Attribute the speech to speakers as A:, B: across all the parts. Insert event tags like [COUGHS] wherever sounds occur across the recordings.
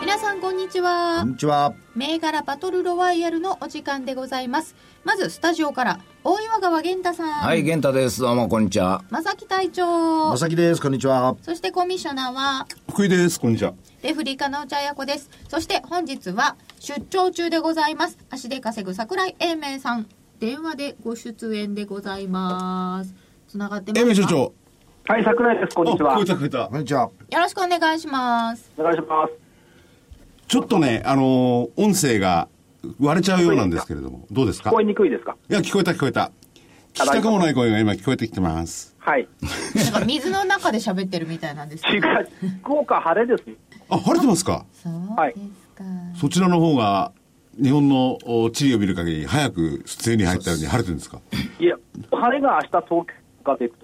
A: 皆さんこんにちは
B: こんにちは。
A: 銘柄バトルロワイヤルのお時間でございますまずスタジオから大岩川源太さん、
C: はい、玄太です。どうも、こんにちは。
A: 正木隊
B: ま
A: 長
B: さきです。こんにちは。
A: そしてコミッショナーは
D: 福井です、こんにちは。
A: レフリー加納茶彩子ですそして本日は出張中でございます足で稼ぐ桜井英明さん電話でご出演でございますつながってま
D: え
A: すか
D: め所長。
E: はい、桜井です。こんにちは。
D: あ
E: お
D: 聞こえた聞こえた
B: こんにちは。
A: よろしくお願いします
E: 願いします。
D: ちょっとね、あのー音声が割れちゃうようなんですけれども、どうです
E: 聞
D: か
E: こえにく
D: [LAUGHS]
E: いですか
D: いや、聞こえた聞こえた。聞きたくもない声が今聞こえてきてます。
E: はい。
A: なんか水の中で喋ってるみたいなんですけ
E: [LAUGHS] 違
A: ど
E: う、福岡晴れですよ。
D: あ、晴れてますか
A: そう
E: はい
A: ですか、
D: そちらの方が、日本のお地理を見る限り、早く梅雨に入ったのに晴れてるんですか
E: いや、晴れが明日東京がでいく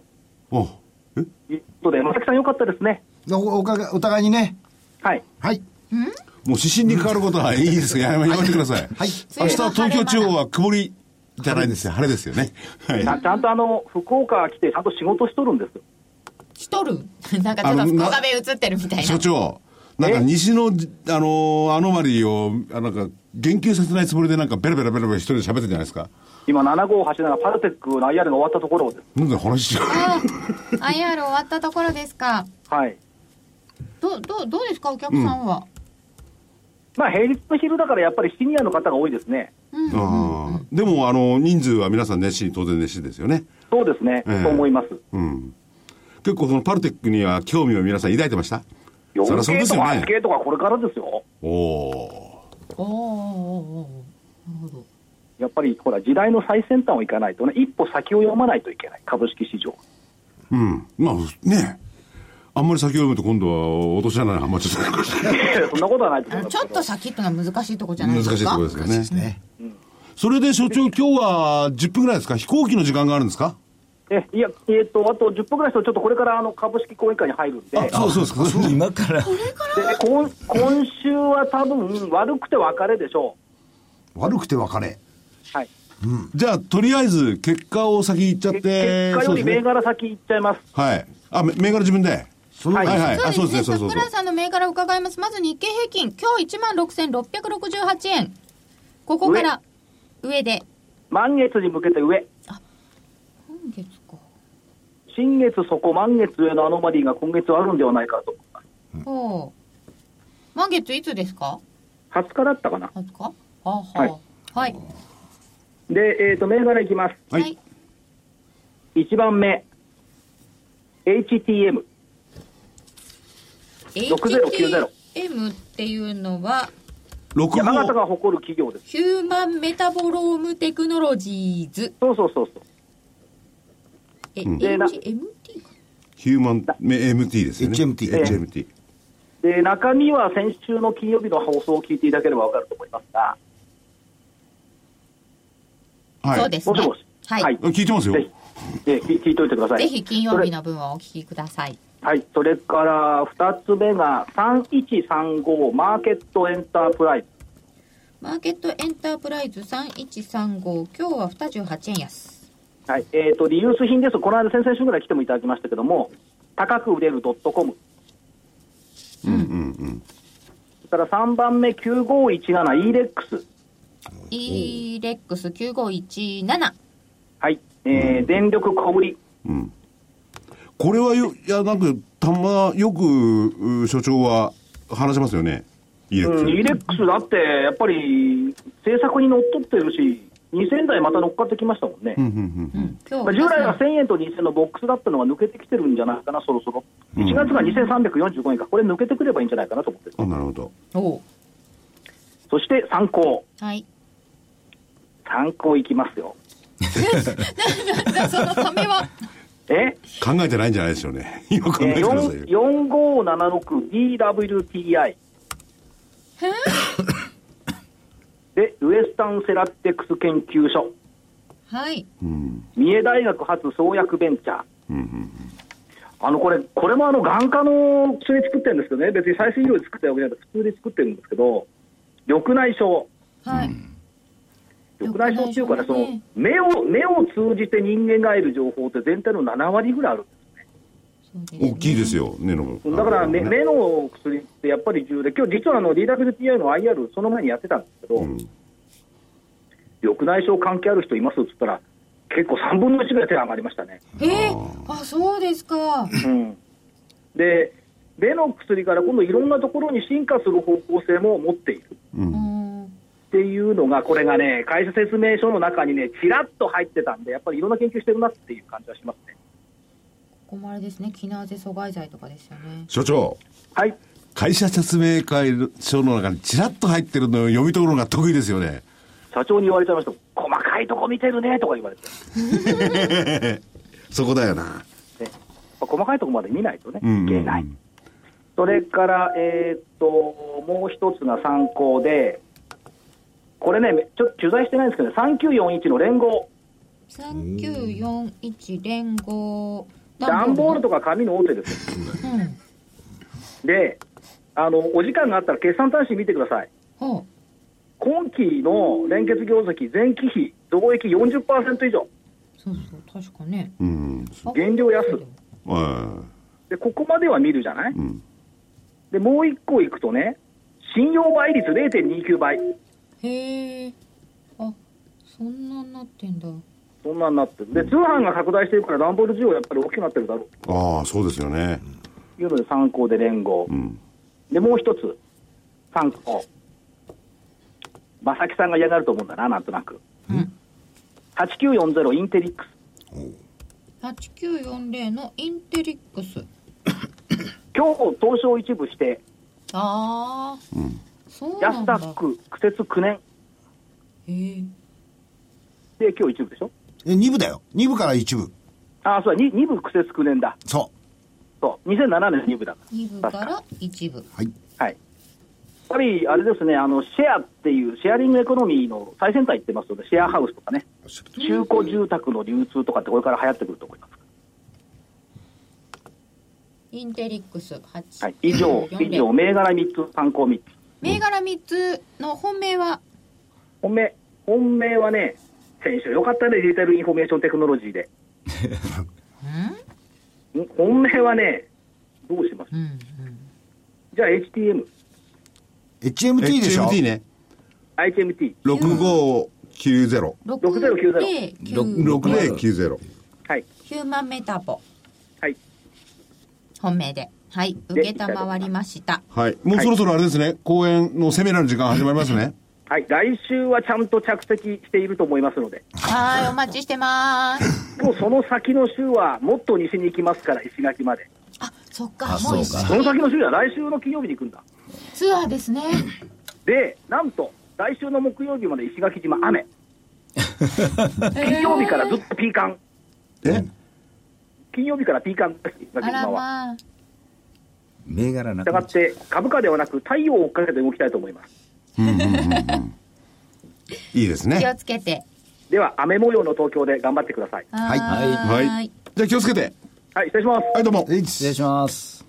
D: おえ
E: ということで、松木さんよかったですね。
B: おおかげお互いにね。
E: はい。
B: はい。
D: もう指針にかかることはいいですが、やめやめてください。
B: はい。
D: 明日は東京地方は曇りじゃないんですよ。晴れですよね。はい。
E: なちゃんとあの、福岡来て、ちゃんと仕事しとるんですよ。
A: しとる [LAUGHS] なんかちょっと福岡弁映ってるみたいな
D: 所長、なんか西の、じあのーアノマリーを、あなんか、言及させないつもりでなんか、ベラベラベラベラ一人で喋ってるじゃないですか。
E: 今、7587パルテックの IR が終わったところで
D: なんで話しちゃう
A: あ IR 終わったところですか
E: す。はい。
A: どどどうですかお客さんは、
E: まあ、平日の昼だから、やっぱりシニアの方が多いですね。
D: あーでも、あの、人数は皆さん熱心、当然熱心ですよね。
E: そうですね。
D: ええ
E: と思います。
D: うん。結構、そのパルテックには興味を皆さん抱いてました
E: 4K
D: そりゃそうです
E: とか
D: よね
E: 8K とかこれからですよ。
D: おお
A: おーおーおーなるほど
E: やっぱり、ほら、時代の最先端を行かないとね、一歩先を読まないといけない。株式市場。
D: ー。うん。まあ、ねあんまり先を読むと今度は落とし穴にはまっちゃった
E: いやいやそんなことはないと思
A: あ
E: いま
A: の
E: す
A: ちょっと先ってのは難しいとこじゃない
D: 難
A: で
D: しい
A: す
D: と
A: か
D: ころですよね。それで所長、今日は10分ぐらいですか飛行機の時間があるんですか
E: えいや、えっとあと10分ぐらいしたら、ちょっとこれからあの株式講演会に入るんで、で
D: そうそうですか。
C: 今から。
E: 今今週は多分悪くて別れでしょ
B: 悪くて別れ。
E: う、はい、
D: じゃあ、とりあえず、結果を先言っちゃっ
E: け
D: て。
E: 結果より
D: そうで
E: 銘
D: すね
E: 柄先行っちゃいます、
D: はい。あ、め銘柄自分で。
B: の
D: はいはい。あ、
A: そ
D: そうう
A: です
D: です
A: ね
D: ね、そうそうそ
A: 桜井
D: う。
A: さんの銘柄を伺いますまず日経平均今日1万6668円ここから上で
E: 満月に向けて上、
A: 今月か
E: 新月底、満月上のアノマリーが今月はあるんではないかと、
A: ほう満月いつですか
E: 20日だったかな、
A: 20日はあはあ
E: は
A: はいい、
E: で、えっと銘柄いきます、
A: は
D: は
A: い
D: い。
E: 1番目、HTM、6090
A: HTM っていうのは
D: 六
E: 山形
D: 号。
E: が誇る企業です、
A: ヒューマンメタボロームテクノロジーズ。
E: そうそうそうそう、
A: え、
D: ん
A: HMT
E: でな
A: か。
D: ヒューマン、め MT ですよね。
B: HMT
D: HMT。
E: で中身は先週の金曜日の放送を聞いていただければ分かると思いますが。
D: はい。。
A: そうですすね。
E: もしもし。
A: はい。
D: 聞いてますよ
E: ぜ。ひ、えー聞聞いておいてください。
A: ぜひ金曜日の分はお聞きください。
E: それはい。それから、二つ目が、3135マーケットエンタープライズ。
A: マーケットエンタープライズ3135、今日は28円安。
E: はい。えっ、と、リユース品です。この間、先々週ぐらい来てもいただきましたけども、高く売れるドットコム。
D: うんうんうん。
E: それから3番目、9517イーレックス。
A: e レックス9517。
E: はい。えー電力小売り。
D: これはよ、いや、なんか、たま、よく、う所長は話しますよね。イレ
E: うん、イーレックスだって、やっぱり、政策にのっとってるし、2000台また乗っかってきましたもんね。
A: うん。今日
E: まあ、従来は1000円と2000のボックスだったのが抜けてきてるんじゃないかな、そろそろ。1月が2345円か、これ抜けてくればいいんじゃないかなと思ってる。
D: あ、なるほど。
A: おう
E: そして参考。
A: はい。
E: 参考いきますよ。
A: そのため
E: [LAUGHS]
A: は、
E: え
D: 考えてないんじゃないでしょうね。 [LAUGHS] 今考え
E: え
D: てください
E: ー、
D: よ。 [COUGHS]
E: 4576DWTI。で、ウエスタンセラテックス研究所、
A: はい。
E: 三重大学発創薬ベンチャー。あのこれこれもあの眼科の薬作ってるんですけどね、別に最新医療で作ってるわけじゃなくて、普通に作ってるんですけど、緑内障、
A: はい。
E: 緑内障っていうかね、そ
A: 緑内
E: の目を目を通じて人間が得る情報って全体の7割ぐらいある
A: そうですね
D: 大きいですよ、ねの。
E: だから目,、
D: あの
E: 目の薬ってやっぱり重要で、今日実はあの DWTI の IR、その前にやってたんですけど、緑内障関係ある人いますって言ったら、結構3分の1ぐらい手が上がりましたね。
A: えー、あ、そうですか。
E: うん、で、目の薬から今度、いろんなところに進化する方向性も持っている
A: うん。
E: っていうのが、これがね、会社説明書の中にね、ちらっと入ってたんで、やっぱりいろんな研究してるなっていう感じはしますね。
A: ここもあれですね。キナーゼ阻害剤とかですよね。
D: 所長、
E: はい
D: 会社説明会書の中にちらっと入ってるのを読み取るのが得意ですよね。
E: 社長に言われちゃいました、細かいとこ見てるねとか言われて、
D: そこだよな。
E: ねまあ細かいとこまで見ないとね、
D: うんうんうん
E: いけない。それから、えーっと、もう一つが参考で、これね、ちょっと取材してないんですけど、ね、3941の連合、
A: 三九四一連合。
E: 段ボール
A: と。
E: とか紙の大手ですよ。で、あの、お時間があったら決算端子見てください。
A: ほ
E: 今期の連結業績、前期比、増益40%以上。
A: う。そうそう。確かね。
D: うん。
E: 原料安
D: うん
E: で、ここまでは見るじゃない、
D: ん
E: で、もう一個いくとね、信用倍率0.29倍。
A: へえ。あ、そんなになってんだ。
E: そんなんなってる。で、通販が拡大してるから、段ボール需要やっぱり大きくなってるだろう
D: ああ、そうですよね。
E: というので、参考で連合。
D: ん
E: で、もう一つ、参考。正木さんが嫌がると思うんだな、なんとなく。
A: うん
E: 8940インテリックス。
A: 八九四零のインテリックス。
E: 今日、東証一部して、
A: ああ。そうな
E: 安
A: ん
E: 田
A: だ。
E: 福、苦節9年。
A: へえ。
E: で、今日一部でしょ
B: え2部だよ2部から1部
E: ああ、そうだ、2, 二部苦節9年だ。
B: そ
E: そう、2007年2部だ。
A: 二部から一部。
B: うはい
E: はい。やっぱり、あれですね、あの、シェアっていう、シェアリングエコノミーの最先端行ってますので、シェアハウスとかね、中古住宅の流通とかってこれから流行ってくると思います。
A: インテリックス八。
E: はい。以上、以上、。銘柄3つ、参考3つ。
A: 銘柄三つの本命は。
E: 本命、本命はね、先週よかったね、デジタルインフォメーションテクノロジーで。ん本命はね、どうします
A: うん。
E: じゃあ HTM、
B: HMT でしょ
D: HMT ね。
E: HMT、
D: 6590。
A: 六ゼロ
E: 6090
C: ろ
A: 九。
D: 6090。
E: はい。
A: ヒューマンメタボ。
E: はい。
A: 本命で。はい。受けたまわりました。
D: はい。もうそろそろあれですね、公演のセミナーの時間始まりますね。
E: はい。来週はちゃんと着席していると思いますので。
A: はい。お待ちしてます。
E: でもその先の週はもっと西に行きますから、石垣まで。
A: あ、そっか。
C: あ
A: もう一
C: そうか
E: その先の週は来週の金曜日に行くんだ。
A: ツアーですね。
E: で、なんと、来週の木曜日まで石垣島雨。金曜日からずっとピーカン。
D: え
E: 金曜日からピーカンです、石垣
A: あら
E: 島は。
A: まあ。
C: 銘柄な
E: したがって、株価ではなく太陽を追っかけて動きたいと思います。
D: いいです
A: 気
D: ね
A: を。つけて。
E: では、雨模様の東京で頑張ってください。
A: はい。
D: はい。じゃあ気をつけて。
E: はい、失礼します。
D: はい、どうも。
C: 失礼します。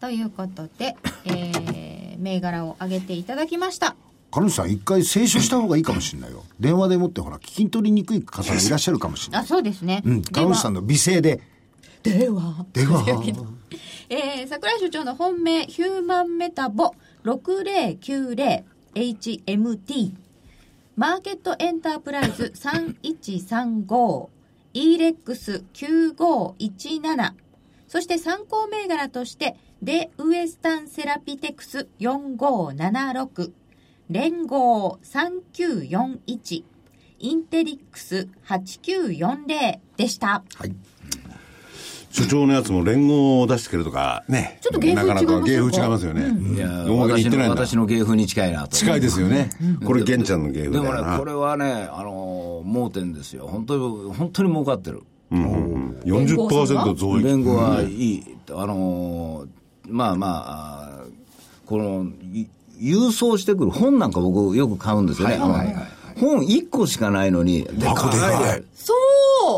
A: ということで、えー、銘柄を上げていただきました。
B: 彼女さん一回清書した方がいいかもしれないよ電話でもってほら聞き取りにくい方がいらっしゃるかもしれない
A: あ、そうですね。
B: うん
A: で
B: 彼女さ
A: は、
B: んの美声で
A: では、
B: 電話
A: えー、桜井所長の本命、ヒューマンメタボ 6090HMT、マーケットエンタープライズ3135、e レックス9517、そして参考銘柄として、デウエスタンセラピテクス4576、連合3941、インテリックス8940でした。
D: 所長のやつも連合を出してくれとか、ね。
A: ちょっと芸風
D: なかなか芸
A: 違いますよ
D: 風違いますよね。
C: いや
D: 大ま
C: 私
D: けに言ってない
C: の
D: んだ
C: 私。の芸風に近いなと。
D: 近いですよね。これ、玄ちゃんの芸
C: で
D: 風だ
C: も
D: よ
C: ね、
D: な
C: こ。れはね、あのー、盲点ですよ。本当に、本当に儲かってる。
D: 40%増益。
C: 連合はいい、あのーまあまああー、このい郵送してくる本なんか僕よく買うんですよね。あの本1個しかないのに、でかい。
A: そう
B: [LAUGHS]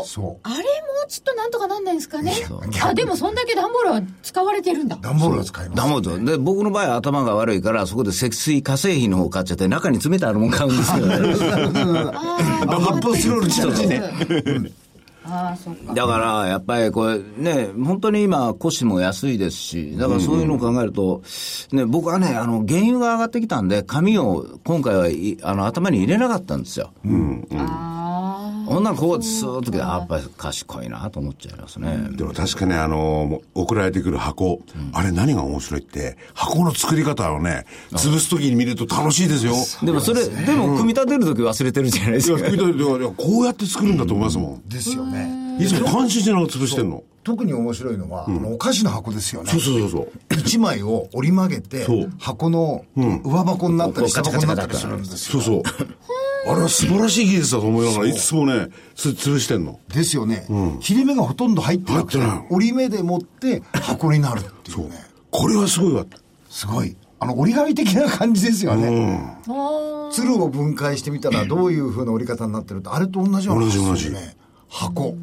B: そう
A: あれもうちょっとなんとかなんないんですかね
C: そう
A: あでもそんだけ段ボールは使われてるんだ
B: 段ボールを使います。
C: ダメですよで、僕の場合は頭が悪いから、そこで積水化成品の方買っちゃって、中に詰めてあるもん買うんですよ
D: [LAUGHS]
C: ね。
A: あー
B: 発泡スチロールちっちゃいね
A: うんああそっか
C: だから、やっぱりこれね、本当に今、コシも安いですし、だからそういうのを考えると、ね、僕はね、あの、原油が上がってきたんで、紙を今回はいあの頭に入れなかったんですよ。
A: あ
C: ほんならこう、スーッと来て、あやっぱり賢いなと思っちゃいますね。
D: でも確かね、あの、送られてくる箱、あれ何が面白いって、箱の作り方をね、潰すときに見ると楽しいですよ。
C: でもそれ、でも組み立てるとき忘れてるじゃないで
D: い
C: す
D: や、
C: か。
D: 聞いたけどいやこうやって作るんだと思いますもん。
B: ですよね。
D: いつも感心しながら潰してんの。
B: 特に面白いのは、あのお菓子の箱ですよね。
D: そうそうそうそう。
B: 一枚を折り曲げて
D: そう、
B: 箱の上箱になったり
C: こう
B: 下
C: ガチャガチ
B: 箱に
C: ャ
B: な
C: ガチャ
B: ったりするんです
D: そう
B: よ。
D: そう。あれは素晴らしい技術だと思いながら、いつもね、つ潰してんの。
B: ですよね。切れ目がほとんど入ってなくて
D: 入ってない、
B: 折り目で持って箱になるっていうね。
D: これはすごいわ。
B: すごい。あの折り紙的な感じですよね。
A: ああ
B: 鶴を分解してみたらどういう風な折り方になってると、あれと同じような
D: 同じ同じ
B: そうですね箱。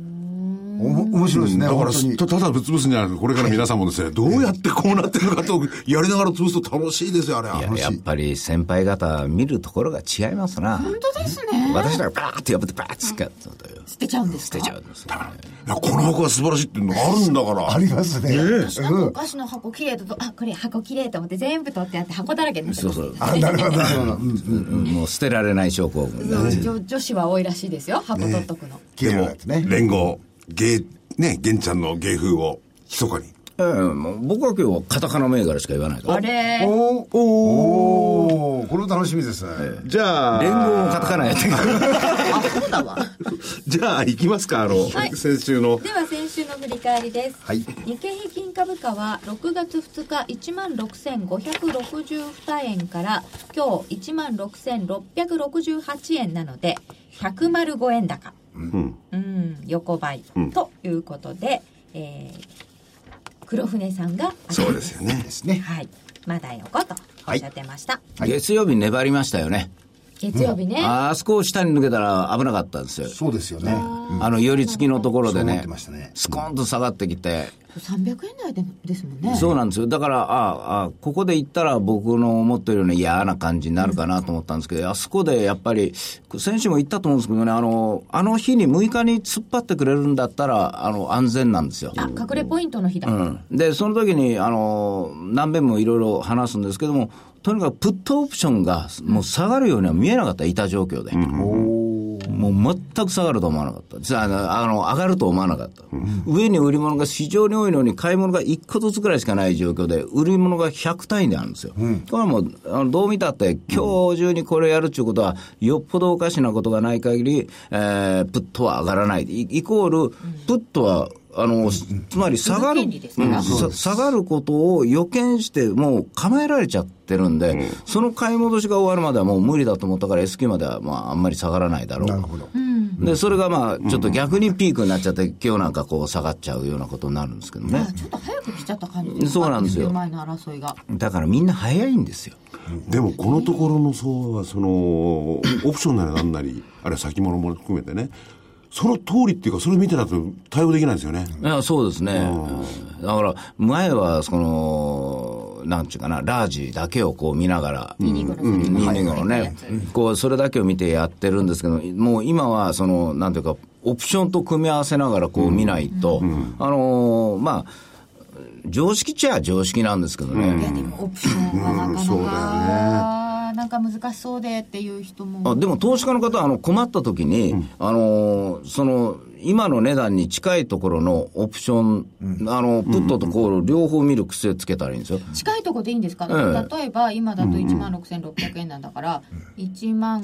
B: おも面白いですね。
D: だか
B: 本
D: ら
B: 当に
D: た、ただぶつぶすんじゃなくて、これから皆さんもですね、どうやってこうなってるのかと、やりながら潰すと楽しいですよ、あれは。
C: いややっぱり先輩方見るところが違いますな。本当ですね。私らがバーッと破ってバーッと使ったという。
A: 捨てちゃうんですか
C: 捨てちゃうんですよね。
D: いや、この箱は素晴らしいっていうのがあるんだから。
B: ありますね。
A: なん
B: う
A: か
B: ん
A: お菓子の箱綺麗だとあこれ箱綺麗と思って全部取ってあって箱だらけになって
C: そ
A: ま
C: う
A: す
C: そう。
B: あ、なるほど、なるほど。うん
C: うんもう捨てられない症候群だ。
A: 女女子は多いらしいですよ箱取っとくの、
B: 綺麗なやつね。
D: 連合、芸、ね、玄ちゃんの芸風を、密かに。
C: ええもう僕は今日はカタカナ銘柄しか言わないから。
A: あれ
B: おーおーこれ楽しみですね。
D: じゃ
C: 連合もカタカナやってるから。
A: あそうだわ
D: じゃあ、行きますか、あの、
A: はい
D: 先週の。
A: では先週の振り返りです、
B: はい
A: 日経平均株価は6月2日1万6562円から今日1万6668円なので105円高うん、横ばい、ということで、えー黒船さんが
D: そうですよね。
B: ですね。
A: はいまだ横とおっしゃってました、
C: 月曜日粘りましたよね。
A: 月曜日ね、
C: あそこを下に抜けたら危なかったんですよ。
B: そうですよね。
C: あの、寄り付きのところで
B: そう思っ
C: ね
B: てましたね、
C: スコーンと下がってきて、
A: 300円台でですもんね
C: そうなんですよ。だから、ああ、ここで行ったら僕の思ってるような嫌な感じになるかなと思ったんですけど、あそこでやっぱり、選手も言ったと思うんですけどね、あの、あの日に6日に突っ張ってくれるんだったら、あの、安全なんですよ。
A: あ隠れポイントの日だ、
C: うん、で、その時にあの何べんもいろいろ話すんですけども、とにかくプットオプションがもう下がるようには見えなかった、いた状況で、もう全く下がると思わなかった、じゃああのあの上がると思わなかった、上に売り物が非常に多いのに、買い物が1個ずつぐらいしかない状況で、売り物が100単位であるんですよ、これはもうあのどう見たって、今日中にこれやるっていうことは、よっぽどおかしなことがない限り、えープットは上がらない、イイコール、プットはあの、つまり下が
A: 続
C: る、
A: けんりですから
C: うんさ下がることを予見して、もう構えられちゃってるんで、その買い戻しが終わるまではもう無理だと思ったから、S q まではまああんまり下がらないだろう
B: なるほど。
C: でそれがまあちょっと逆にピークになっちゃって、今日なんかこう下がっちゃうようなことになるんですけどね
A: あ、ちょっと早く来ちゃった感じか
C: そうなんですよ
A: 前の争いが
C: だからみんな早いんですよ。
D: でもこのところの相場はそのオプションなりなんなりあるいは先物も含めてねその通りっていうかそれ見てないと対応できないんですよね
C: いやそうですね、だから前はその、なんちゅうかな、ラージだけをこう見ながら、イニングのね、こうそれだけを見てやってるんですけど、もう今はその、なんていうか、オプションと組み合わせながらこう見ないと、あのーまあ、常識っちゃ常識なんですけどね。
A: いやでもオプションはなかなか、なんか難しそうでっていう人も
C: あでも投資家の方はあの困った時に、あのーその今の値段に近いところのオプション、あのプットとコール両方見る癖つけたらいいんですよ。
A: 近いとこでいいんですか、
C: ええ
A: 例えば今だと1万6600円なんだから、1万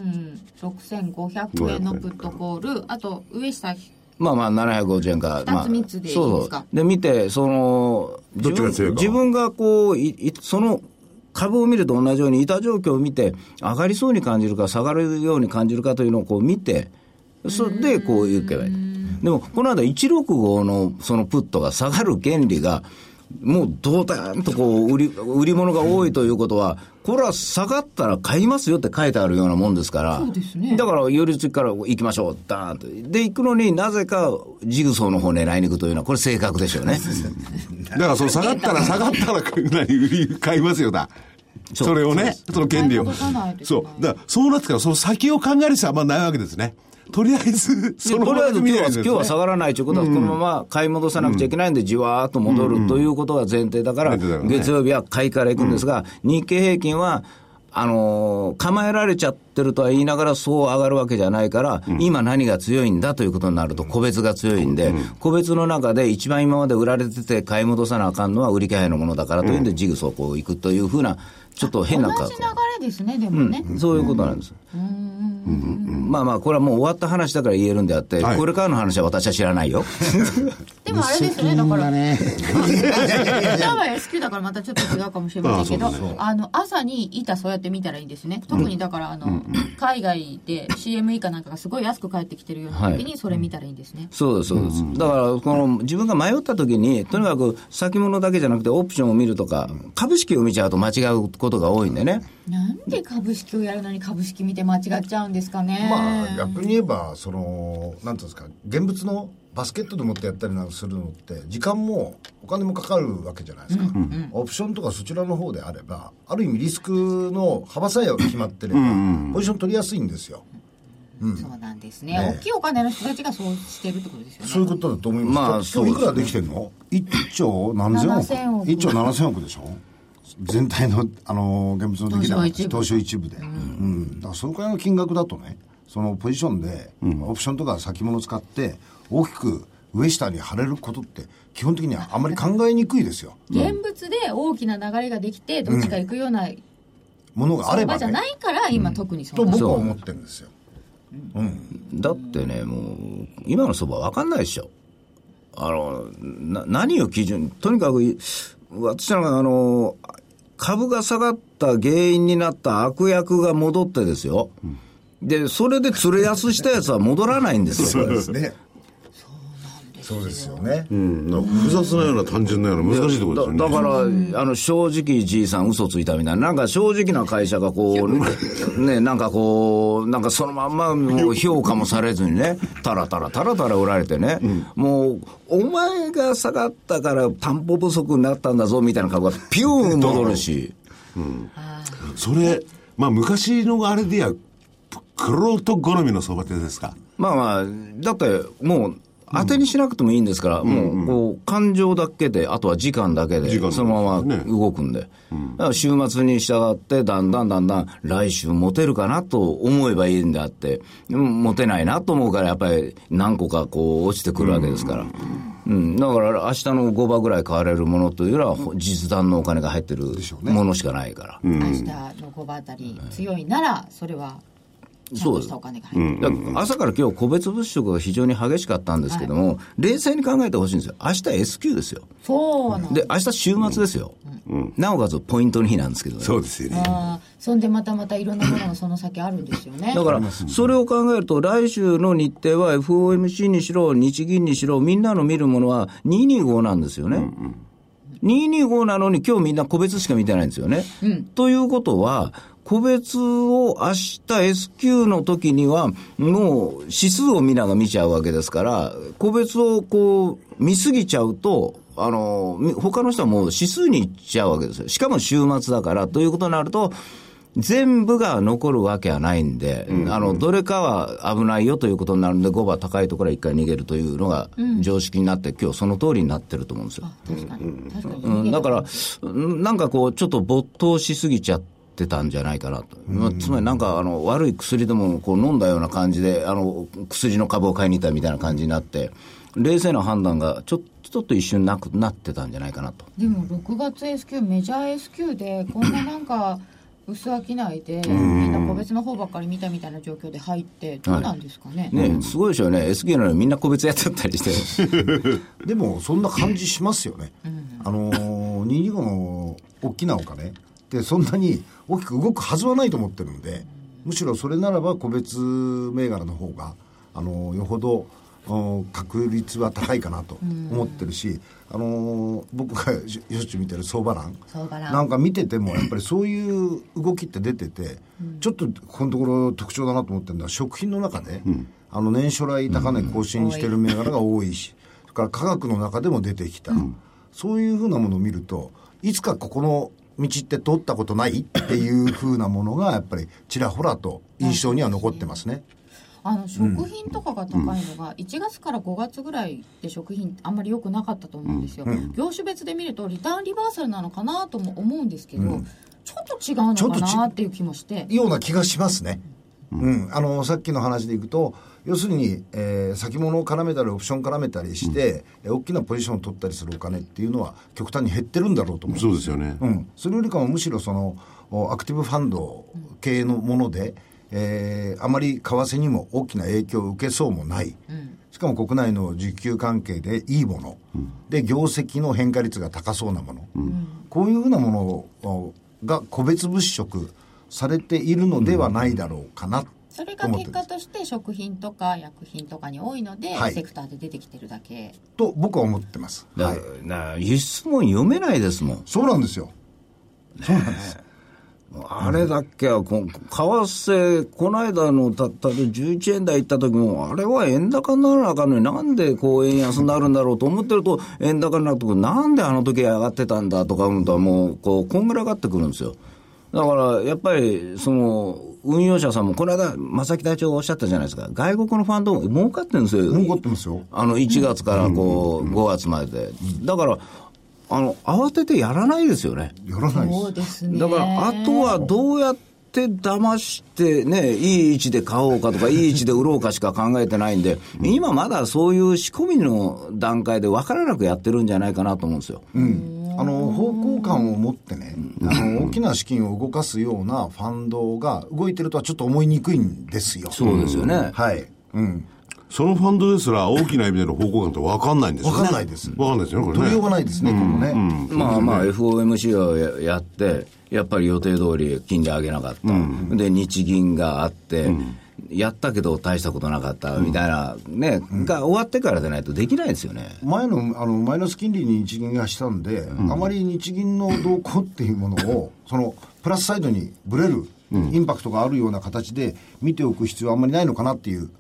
A: 6500円のプットコールあと上下
C: まあまあ750円か、まあ、
A: 二つ三つでいい
C: そう
A: です
C: そ
A: か
C: うで見てその
D: どっちが強
C: 自分
D: いか
C: 自分がこういいその株を見ると同じように板状況を見て上がりそうに感じるか下がるように感じるかというのをこう見てそれでこういけばいいでもこの間165のそのプットが下がる原理がもうどうだんとこう売り、売り物が多いということは、これは下がったら買いますよって書いてあるようなもんですから、
F: そうですね
C: だから、寄り付きから行きましょう、ダーンと。で、行くのになぜかジグソーの方狙いに行くというのは、これ、正確でしょうね。
D: だからその下がったら下がったら何売り買いますよだ。
C: そう
D: それをね、その権利を
F: 買い戻さないと。いけない
D: そう。だからそうなってからその先を考える人はあんまないわけですね。とりあえず、その
C: とりあえず今日は、
D: 見ない
C: 今日は下がらないということは、このまま買い戻さなくちゃいけないんで、じわーっと戻るということが前提だから、
D: 前提だからね
C: 月曜日は買いから行くんですが、日経平均は、あのー構えられちゃってるとは言いながら、そう上がるわけじゃないから、今何が強いんだということになると、個別が強いんで、個別の中で一番今まで売られてて、買い戻さなあかんのは売り気配のものだからというんで、ジグソーこういくというふうな、ちょっと変な
F: 同
C: 格
F: じ
C: 好
F: 流れですね、でもね。
C: そういうことなんです。まあまあ、これはもう終わった話だから言えるんであって、
D: はい
C: これからの話は私は知ら [LAUGHS] ないよ。
F: でもあれですね、だから、
G: ね。
F: 名古屋 S q だからまたちょっと違うかもしれませんけど、
D: あ
F: あ
D: あそう
F: の、朝に板そうやって見たらいいんですね。特にだから、あの、海外で CM 以下なんかがすごい安く返ってきてるような
C: は
F: 時に、それ見たらいいんですね。
C: そうです、そうです。だから、この、自分が迷った時に、とにかく先物だけじゃなくてオプションを見るとか、株式を見ちゃうと間違うことが多いんでね。
F: なんで株式をやるのに株式見て間違っちゃうんですかね。
B: まあ逆に言えばそのなんていうんですか現物のバスケットでもってやったりなんかするのって時間もお金もかかるわけじゃないですか、オプションとかそちらの方であればある意味リスクの幅さえ決まってればポジション取りやすいんですよ
F: そうなんですね
B: ね
F: 大きいお金の人たちがそうしてるってことですよね。
B: そういうことだと思います、
C: まあ
B: 今日いく
C: そ
B: ら
C: う
B: できてんの
G: 一兆何千億
F: 7000億
G: 一兆七千億でしょ全体の、あのー現物の出来
F: 東証一部
G: 高東証一部で。うん。だからそのくらいの金額だとね、そのポジションで、オプションとか先物使って、大きく上下に張れることって、基本的にはあまり考えにくいですよ。
F: 現物で大きな流れができて、どっちか行くような
B: ものがあれ
F: 相
B: ば
F: 場じゃ
B: ね
F: ないから、今特にそ
B: と
F: うなん
B: 僕は思ってるんですよ
C: だってね、もう、今の相場わかんないでしょ。あの、な、何を基準に、とにかく、私なんかあの、株が下がった原因になった悪役が戻ってですよ。で、それで釣れ安したやつは戻らないんです
D: [LAUGHS]
C: よ。
B: ですねそうですよね、
D: うんなんか複雑なような単純なような難しいところですよね。
C: だだから、あの、正直じいさん嘘ついたみたいな、なんか正直な会社がこう、ね、なんかこう、なんかそのまんまもう評価もされずにね、たらたらたらたら売られてね、もう、お前が下がったから担保不足になったんだぞみたいな株がピューン戻るし、
D: それ、まあ昔のあれでや、クロート好みの相場ってですか。
C: まあまあ、だってもう、当てにしなくてもいいんですから、もう、こう、感情だけで、あとは時間だけで
D: 時間だ、け
C: そのまま
D: ね
C: 動くんで。だから週末に従って、だんだんだんだん、来週持てるかなと思えばいいんであって、うん持てないなと思うから、やっぱり何個かこう、落ちてくるわけですから。うん、だから明日の5場ぐらい買われるものというのは、ほ実弾のお金が入ってるものしかないから。
F: 明日の5番あたり強いなら、それは、ちゃんとしたお金が入る。
C: だから朝から今日個別物色が非常に激しかったんですけども、冷静に考えてほしいんですよ、明日 S q ですよ、
F: そうなん
C: で明日週末ですよ、なおかつポイントの日なんですけどね。
D: そうですよね。
F: あーそんでまたまたいろんなものがその先あるんですよね。
C: だから、それを考えると、来週の日程は FOMC にしろ、日銀にしろ、みんなの見るものは225なんですよね。225なのに、今日みんな個別しか見てないんですよね。ということは、個別を明日 S q の時には、もう指数を皆が見ちゃうわけですから、個別をこう、見すぎちゃうと、あの、み他の人はもう指数に行っちゃうわけですよ。しかも週末だから、ということになると、全部が残るわけはないんで、あの、どれかは危ないよということになるんで、5番高いところは1回逃げるというのが常識になって、今日その通りになってると思うんですよ。
F: あ確かに。確かに。
C: うん、だから、うんなんかこう、ちょっと没頭しすぎちゃってたんじゃないかなと、まあ、つまりなんかあの悪い薬でもこう飲んだような感じで、あの薬の株を買いに行ったみたいな感じになって、冷静な判断がちょちょっと一瞬なくなってたんじゃないかなと。
F: でも6月 S q メジャー S q でこんななんか薄商いでみんな個別の方ばっかり見たみたいな状況で入ってどうなんですかね。
C: ね、すごいでしょうね、SQ なのにみんな個別やっちゃったり [LAUGHS] して、
B: でもそんな感じしますよね、あのー、225の大きなお金ってそんなに大きく動くはずはないと思ってるんでむしろそれならば個別銘柄の方が、あのーよほどうん確率は高いかなと思ってるし、あのー僕がししょっちゅう見てる相場欄
A: 相場欄
B: なんか見ててもやっぱりそういう動きって出てて、ちょっとこのところ特徴だなと思ってるのは食品の中で、あの年初来高値更新してる銘柄が多いし、それから科学の中でも出てきた、そういうふうなものを見るといつかここの道って通ったことないっていうふうなものがやっぱりちらほらと印象には残ってますね。
A: あの食品とかが高いのが1月から5月ぐらいで食品あんまり良くなかったと思うんですよ、業種別で見るとリターンリバーサルなのかなとも思うんですけど、ちょっと違う
B: ちょ
A: の
B: っ
A: か
B: とち
A: なっていう気もして
B: ような気がしますね。うん、あのさっきの話でいくと要するに、えー先物を絡めたりオプション絡めたりして、えー大きなポジションを取ったりするお金っていうのは極端に減ってるんだろうと思う
D: そうですよね。
B: うん、それよりかもむしろそのおアクティブファンド系のもので、えーあまり為替にも大きな影響を受けそうもない、しかも国内の需給関係でいいもの、で業績の変化率が高そうなもの、こういうふうなものをが個別物色されているのではないだろうかな、
A: それが結果として食品とか薬品とかに多いので、
B: はい
A: セクターで出てきてるだけ
B: と僕は思ってます、
C: だ
B: はい、
C: な輸出も読めないですもん。
B: そうなんですよ
C: あれだっけは、こ為替、この間のたったで11円台行った時も、あれは円高にならなあかんのに、なんでこう円安になるんだろうと思ってると、円高になると、なんであの時上がってたんだとか思うと、もう、こう、こんがらがってくるんですよ。だから、やっぱり、その、運用者さんも、この間、正木隊長がおっしゃったじゃないですか。外国のファンドも儲かってるんですよ。
B: 儲かってますよ
C: あの、1月からこう、5月までで。だから、あの、慌ててやらないですよね。
B: やらないです
A: そうですね
C: だから、あとはどうやって騙してね、いい位置で買おうかと
A: [LAUGHS]
C: か、いい位置で売ろうかしか考えてないんで、今まだそういう仕込みの段階で分からなくやってるんじゃないかなと思うんですよ。
B: あの方向感を持ってね、あの大きな資金を動かすようなファンドが動いてるとはちょっと思いにくいんですよ。
C: そうですよね。
B: はい。うん。
D: そのファンドですら大きな意味での方向感って分かんないんですよね。
B: 分かんないです
D: 分かんないですよね、これね。
B: 取りようがないですね、このね。
C: まあまあ、FOMC をややって、やっぱり予定通り金利上げなかった、で日銀があって、やったけど大したことなかったみたいな、ね、が終わってからでないとできないですよね。
B: 前のあのマイナス金利に日銀がしたんで、あまり日銀の動向っていうもの
C: [LAUGHS]
B: を、そのプラスサイドにぶれる、インパクトがあるような形で見ておく必要はあんまりないのかなっていう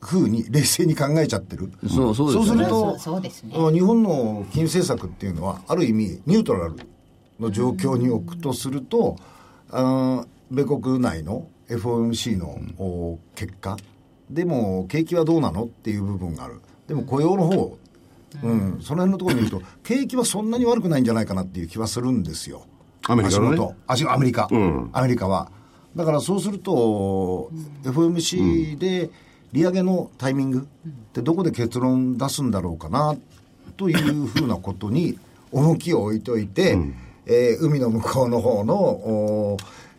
B: ふうに冷静に考えちゃってる、
C: そうそうですよね
B: そ
A: そ
B: う
A: う
B: す
A: そう
B: る
A: ですね
B: と、日本の金政策っていうのは、ある意味、ニュートラルの状況に置くとすると、あー米国内の FOMC のお結果、でも景気はどうなのっていう部分がある、でも雇用の方うん、その辺のところを見ると、 [LAUGHS] 景気はそんなに悪くないんじゃないかなっていう気はするんですよ。
D: アメリカのね
B: 足元足アメリカ、
D: ん
B: アメリカは。だからそうすると、FOMC で利上げのタイミングってどこで結論出すんだろうかなというふうなことに重きを置いておいて、えー海の向こうの方のお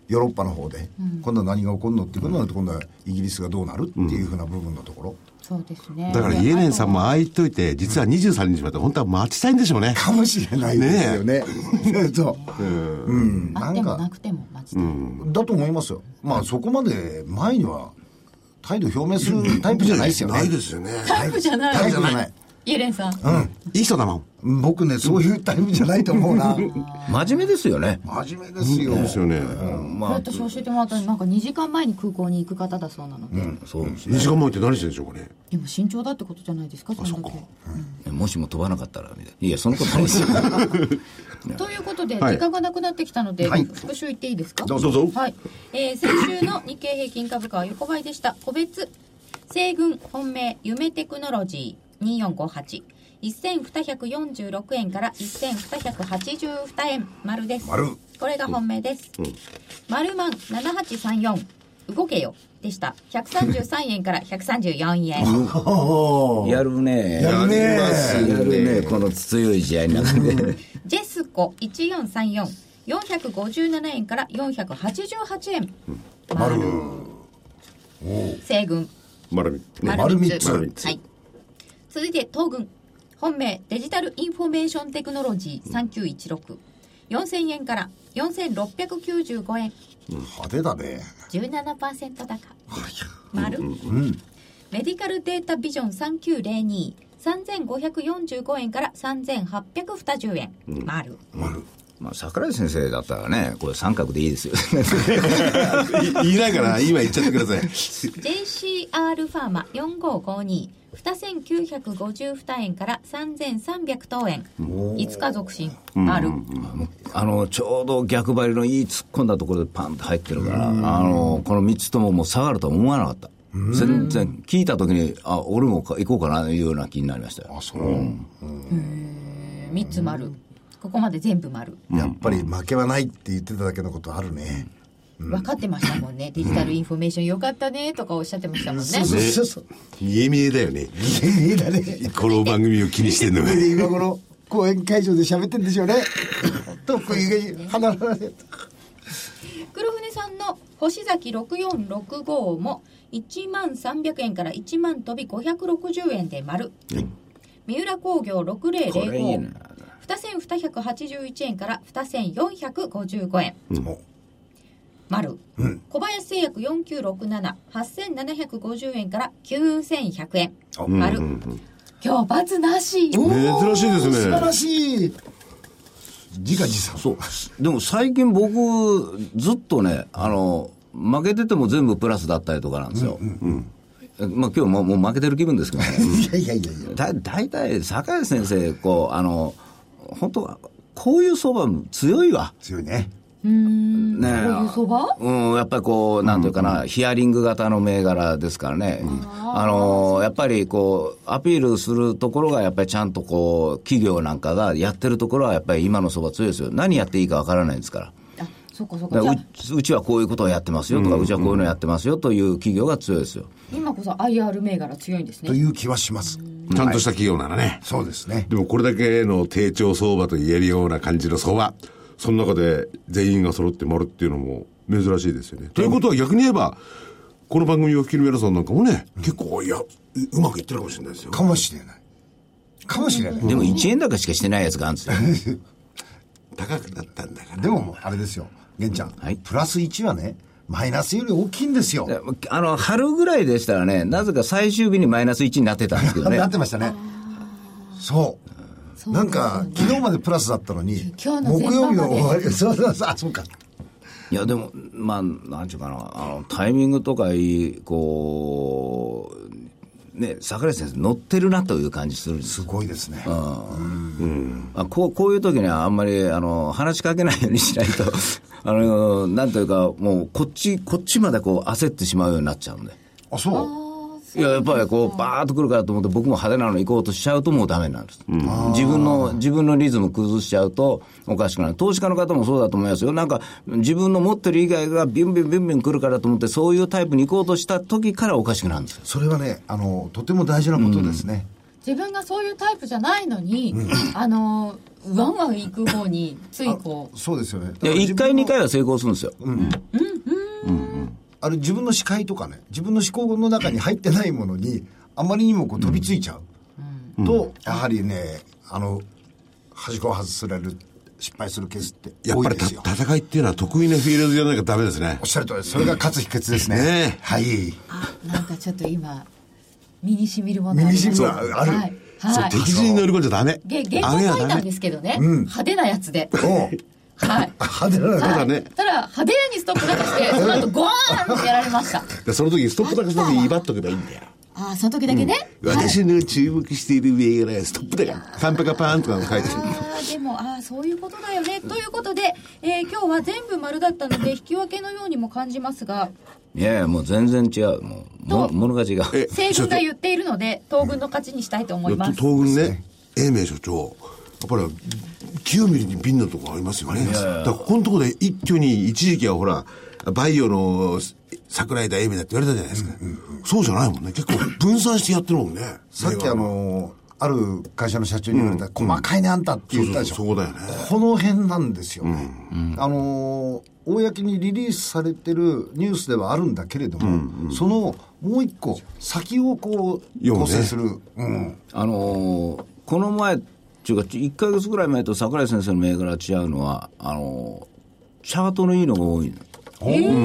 B: ヨーロッパの方で、今度は何が起こるのっていうことになると、今度はイギリスがどうなるっていうふうな部分のところ。
A: そうですね
D: だからイエレンさんもああ言っといて、実は23日まで本当は待ちたいんでしょうね。
B: かもしれないですよね。 [LAUGHS] そう。うん。
A: あっ
B: な
A: て
B: ん
A: も
B: か
A: な、くても待ちたい、
B: だと思いますよ。まあそこまで前には態度表明するタイプじゃないですよね。
D: ないですよね。
A: タイプじゃない
B: タイプじゃない。
A: イエレンさん、
D: いい人だもん。
B: 僕ね、そういうタイプじゃないと思う [LAUGHS] な。
C: 真面目ですよね。
B: 真面目ですよ。
D: ですよね。
A: まあ、私教えてもらったのなんか2時間前に空港に行く方だそうなので、
C: そうです
D: 2時間前って何してるんでしょうかね。
A: でも慎重だってことじゃないですかそんだけ
C: もしも飛ばなかったらみたいな。いや、そんなことない
A: [LAUGHS]
C: ですよ。
A: ということで、
D: はい
A: 時間がなくなってきたので、復習いっていいですか
D: どうぞどうぞ
A: はいえー先週の日経平均株価は横ばいでした個別西軍本命夢テクノロジー2458 1246円から1282円丸です
B: 丸
A: これが本命です、丸万7834動けよでした133円から134円
C: やるね。や
B: るね
C: やるね。この強い試合の中で。
A: ジェスコ1434、457円から488円。丸。西軍、
D: まるみ。
B: ね
A: 丸
B: 丸三
A: 三
B: つ
A: つ。はい。続いて東軍、本命デジタルインフォメーションテクノロジー3916、4000円から4695円、
B: 派手だね。
A: 17%高。丸。メディカルデータビジョン3902 3545円から3820円、丸
C: [LAUGHS] まあ、桜井先生だったらね、これ三角でいい [LAUGHS] ですよ。
D: 言いないから今言っちゃってください
A: JCR ファーマ4552 2952円から3300等円5日続進ある
C: あの、ちょうど逆張りのいい突っ込んだところでパンと入ってるから、あの、この3つとももう下がるとは思わなかった。全然、聞いた時に、あ、俺もか行こうかな、いうような気になりましたよ。
A: 3つ丸ここまで全部丸
B: やっぱり負けはないって言ってただけのことあるね。
A: 分かってましたもんねデジタルインフォメーションよかったねとかおっしゃってましたもんね
B: そうそうそう。
D: 見え見えだよね
B: いいだね。
D: この番組を気にしてんのが
B: で今頃、講演会場で喋ってんで [LAUGHS] しょうね。と、こういう離れられて。
A: 黒船さんの星崎6465も1万300円から1万飛び560円で丸、三浦工業6005
C: これいいね
A: 2281円から2455円、丸、小林製薬49678750円から9100円丸、今日罰なし
D: 珍しいですね
B: 素晴らしい。自画自賛。そう。
C: でも最近僕、ずっとね、あの、負けてても全部プラスだったりとかなんですよ。まあ今日ももう負けてる気分ですけどね。
B: [LAUGHS] いやいやいやいや。
C: だ大体、坂井先生、こう、あの、本当は、こういう相場強いわ。
B: 強いね。
A: こ
C: ねえ
A: ういう相場
C: うん、やっぱりこう、なんというかな、ヒアリング型の銘柄ですからね。あの、やっぱりこう、アピールするところが、やっぱりちゃんとこう、企業なんかがやってるところは、やっぱり今の相場強いですよ。何やっていいかわからないですから。
A: あそうかそう
C: だ
A: かじ
C: か
A: ゃ
C: ら
A: あ
C: ううちはこういうことをやってますよとか、うちはこういうのやってますよという企業が強いですよ。
A: 今こそ IR 銘柄強いんです
B: [LAUGHS] と
A: ね
B: いう気はします。
D: ちゃんとした企業ならね
B: そうですね。
D: でもこれだけの低調相場と言えるような感じの相場。その中で全員が揃って丸っていうのも珍しいですよね。ということは逆に言えば、この番組を聴きの皆さんなんかもね、結構、いや、ううまくいってるかもしれないですよ。
B: かもしれない。かもしれない。
C: でも1円高しかしてないやつがあるんですよ。
D: 高くなったんだから。
B: でももうあれですよ。玄ちゃん、
C: はい
B: プラス1はね、マイナスより大きいんですよ。
C: であの、春ぐらいでしたらね、なぜか最終日にマイナス1になってたんですけどね
B: [LAUGHS] な。ってましたね。そう。なんか、昨日までプラスだったのに、
A: 今日の前
B: 木曜日
A: 半ま
B: の
A: で
B: 終わり、 [LAUGHS] そうそうそう、あ、そうか。
C: いや、でも、まあ、なんちゅうかな、あの、タイミングとかいい、こう、ね、桜井先生乗ってるなという感じするんです
B: すごいですね。
C: あこうこういう時にはあんまりあの話しかけないようにしないとあのなんというかもうこっちこっちまでこう焦ってしまうようになっちゃうんで
B: あ、そう。
C: いややっぱりこうバーッと来るからと思って僕も派手なの行こうとしちゃうともうダメなんです、自分の自分のリズム崩しちゃうとおかしくなる投資家の方もそうだと思いますよなんか自分の持ってる以外がビュンビュンビュンビュン来るからと思ってそういうタイプに行こうとした時からおかしくなるんですよ
B: それはね、あの、とても大事なことですね。
A: 自分がそういうタイプじゃないのに、あのワンワン行く方についこう
B: そうですよね。
C: いや1回2回
B: は。
C: は成功するんですよ、
B: あれ、自分の視界とかね、自分の思考の中に入ってないものに、あまりにもこう飛びついちゃう。と、やはりね、あの、端っこを外される、失敗するケースって
D: やっ
B: 多い
D: ぱ
B: で
D: りた
B: すよ。
D: 戦いっていうのは得意なフィールドじゃないとダメですね
B: おっ。しゃるとりですそれが勝つ秘訣ですね。
D: ねえ
B: はい。
A: あなんかちょっと今身にしみるものあり
B: 身
A: ま
B: に
A: す
B: 染みるものある
A: はい、
D: そう
A: はい、
D: 敵陣に乗り込んじゃダメ。
A: げ
D: あれ
A: 原稿書いた
D: はダ
A: んで
D: メ
A: すけどね、派手なやつで
B: お
A: はい
B: 派手
D: [LAUGHS]
B: な
A: た
B: 方
D: だね
A: ただ派手にストップなんかしてその後ゴーンってやられました
D: でその時にストップ高さで威張っとけばいいんだよ。
A: ああその時だけね、はい
D: 私の注目している銘柄はストップ高。パンパカパーンとか書いてる。
A: あーでもあーそういうことだよねということで、えー今日は全部丸だったので引き分けのようにも感じますが
C: いやいやもう全然違うもうも
A: どう
C: ものが違う
D: え
A: 西軍が言っているので東軍の勝ちにしたいと思い
D: いや
A: ま
D: と
A: す
D: 東軍ね、英明所長、やっぱり9ミリに瓶のとこありますよね。だからここのとこで一挙に一時期はほら、バイオの桜井だ英明だって言われたじゃないですか。そうじゃないもんね。結構分散してやってるもんね。
B: さっきあのーある会社の社長に言われた、細かいねあんたって
D: そう
B: 言ったで
D: そう
B: し
D: そ
B: ょ。
D: う、そこだよね。
B: この辺なんですよね。あのー公にリリースされてるニュースではあるんだけれども、そのもう一個先をこう
D: ようね
B: 構成する、うん、
C: あのーこの前っていうか1か月ぐらい前と桜井先生の銘柄違うのはあのーチャートのいいのが多いの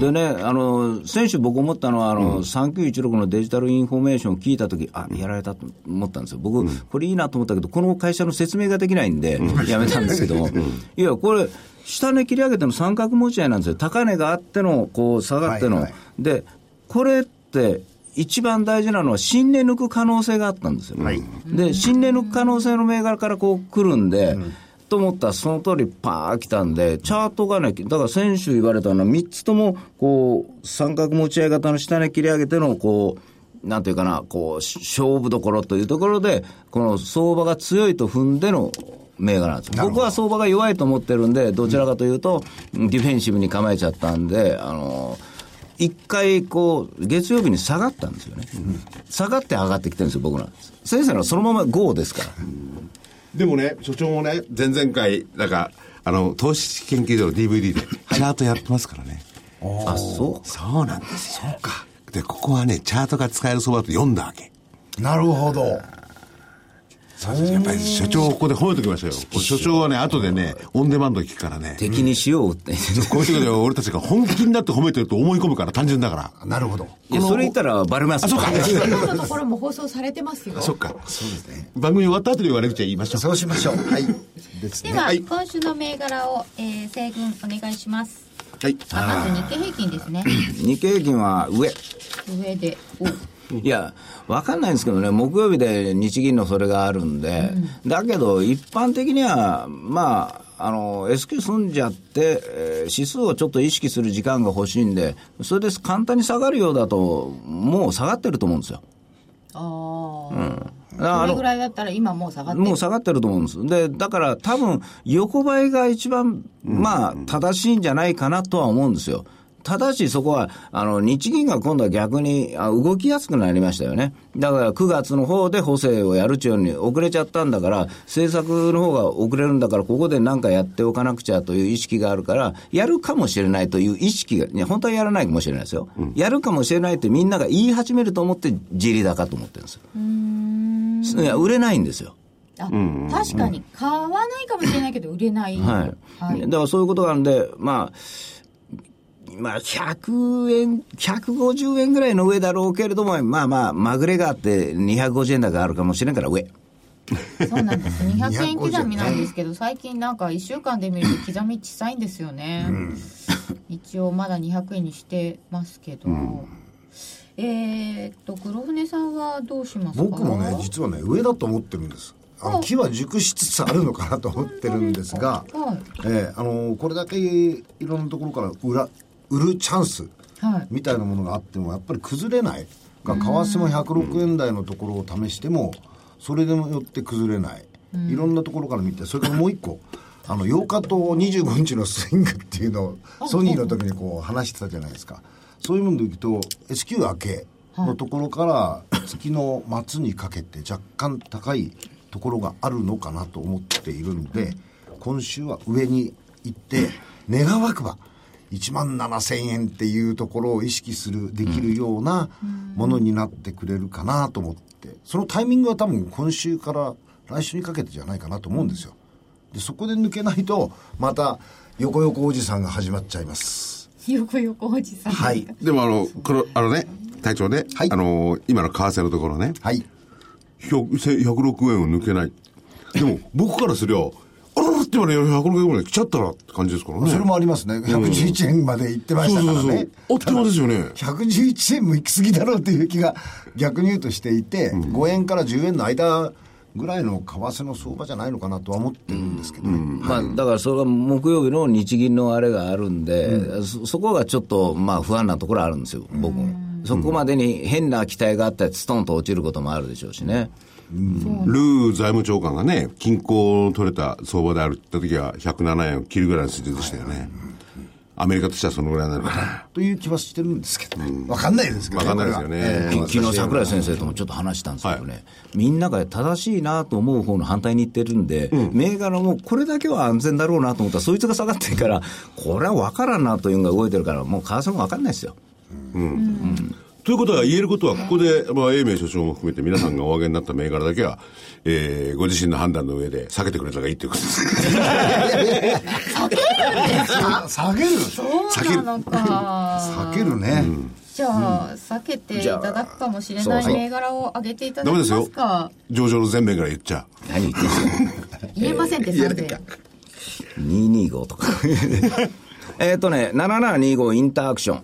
C: でね、あの先週、僕思ったのはあの、3916のデジタルインフォメーションを聞いたとき、あやられたと思ったんですよ、僕、これいいなと思ったけど、この会社の説明ができないんで、やめたんですけど、いや、これ、下値切り上げての三角持ち合いなんですよ、高値があっての、こう下がっての、
B: はいはい
C: で、これって、一番大事なのは、新値抜く可能性があったんですよ、で新値抜く可能性の銘柄からこう来るんで、と思ったら、その通りパーッ来たんで、チャートがね、だから先週言われたのは、3つともこう三角持ち合い型の下値切り上げての、こう。なんていうかな、こう、勝負どころというところで、この相場が強いと踏んでの銘柄なんですよ。僕は相場が弱いと思ってるんで、どちらかというと、ディフェンシブに構えちゃったんで、あの、一回こう、月曜日に下がったんですよね。下がって上がってきてるんですよ、僕ら。先生のはそのまま5ですから。
D: でもね、所長もね、前々回、なんか、あの、投資研究所の DVD で、チャートやってますからね。
C: あ、そう
D: そうなんですよ。そうか。で、ここはね、チャートが使えるそばと読んだわけ。
B: なるほど。
D: そうですねやっぱり所長をここで褒めておきましょうよ。所長はね、後でね、オンデマンド聞くからね。
C: 敵に塩を打って。
D: こういうとこで俺たちが本気になって褒めてると思い込むから、単純だから。
B: なるほど。
C: いや、それ言ったらバレます [LAUGHS] よ。
A: 今日のところも放送されてますよ
D: あ、そっか。そうですね。番組終わった後で言われるちゃ言いましょう。
B: そうしましょう。はい。です
A: で
B: ね。
A: は、
D: はい
A: 今週の銘柄を、えー、西軍お願いします
D: はい。
A: あまず日経平均ですね
C: 日経平均は上。
A: 上でお
C: いや、わかんないんですけどね、木曜日で日銀のそれがあるんで、だけど、一般的には、まあ、あの S q 済んじゃって、えー指数をちょっと意識する時間が欲しいんで、それで簡単に下がるようだと、もう下がってると思うんですよ。
A: あ
C: だから
A: あ、
C: あ
A: それ
C: の
A: ぐらいだったら今もう下がってる
C: もう下がってると思うんです。で、だから多分、横ばいが一番、まあ、正しいんじゃないかなとは思うんですよ。ただしそこは、あの、日銀が今度は逆に、あ動きやすくなりましたよね。だから9月の方で補正をやるちゅうに遅れちゃったんだから、政策の方が遅れるんだから、ここで何かやっておかなくちゃという意識があるから、やるかもしれないという意識が、いや本当はやらないかもしれないですよ。やるかもしれないってみんなが言い始めると思って、自利高と思ってるんですよ。いや、売れないんですよ。
A: あ、確かに買わないかもしれないけど売れない、
C: はい。
A: はい
C: だからそういうことがあるんで、まあ、まあ、100円、150円ぐらいの上だろうけれども、まあまあ、まぐれがあって250円高あるかもしれんから上。
A: そうなんです200円刻みなんですけど最近なんか1週間で見ると刻み小さいんですよね、一応まだ200円にしてますけど、えー、っと黒船さんはどうしますか
B: 僕もね、実はね、上だと思ってるんです。あの木は熟しつつあるのかなと思ってるんですが、
A: はい
B: ええあのこれだけいろんなところから売ら売るチャンス
A: はい
B: みたいなものがあってもやっぱり崩れないが為替も106円台のところを試してもそれでもよって崩れないいろんなところから見てそれからもう一個あの8日と25日のスイングっていうのをソニーの時にこう話してたじゃないですかそういうものでいくと S q 明けのところから月の末にかけて若干高いところがあるのかなと思っているんで今週は上に行って願わくば1万7000円っていうところを意識するできるようなものになってくれるかなと思ってそのタイミングは多分今週から来週にかけてじゃないかなと思うんですよでそこで抜けないとまた横横おじさんが始まっちゃいます
A: 横横おじさん
B: はい
D: でもあの、この、あのね、隊長ね、
B: はい
D: あのー、今の為替のところね、
B: はい
D: 100せ106円を抜けない。でも、 [LAUGHS] 僕からすりゃ、あららって言われ106円ぐらい来ちゃったらって感じですからね。
B: それもありますね111円まで行ってまし
D: そ
B: た
D: う
B: から
D: そ
B: ね
D: うそう。あっという間ですよね。
B: 111円も行き過ぎだろうという気が逆に言うとしていて、5円から10円の間ぐらいの為替の相場じゃないのかなとは思ってるんですけどね、
C: まあ、だからそれが木曜日の日銀のあれがあるんで、そそこがちょっとまあ不安なところあるんですよ、僕も。そこまでに変な期待があったら、ストンと落ちることもあるでしょうしね。
D: ルー財務長官がね、均衡の取れた相場であるって言った時は、107円を切るぐらいの数字でしたよね。アメリカとしてはそのぐらいなのかな。
B: という気はしてるんですけどね、わかんないですけど
D: わかんないですよ
B: これはえ
D: ね。
C: き昨日桜井先生ともちょっと話したんですけどね、
D: は
C: みんなが正しいなと思う方の反対に言ってるんで、銘柄もこれだけは安全だろうなと思ったら、そいつが下がってるから、これは分からんなというのが動いてるから、もう為替も分かんないですよ。
D: ということは言えることは、ここで、まあ、英明所長も含めて皆さんがお上げになった銘柄だけは、
B: [LAUGHS]
D: えー、ご自身の判断の上で避けてくれた方がいいっていうことです。
A: 避ける
B: さ下げる
A: そうなのか
B: 下げるね、
A: じゃあ避けていただくかもしれない
C: じゃあ
A: 銘柄を上げていただ
D: ダ
A: け
D: メ
A: ま
D: ですよ
A: すか
D: 上場の全面から言っちゃ
C: 何言ってんすか
A: 言えませんって
C: いや
A: 3000円
C: 225とか。 [LAUGHS] えっとね、7725インターアクション。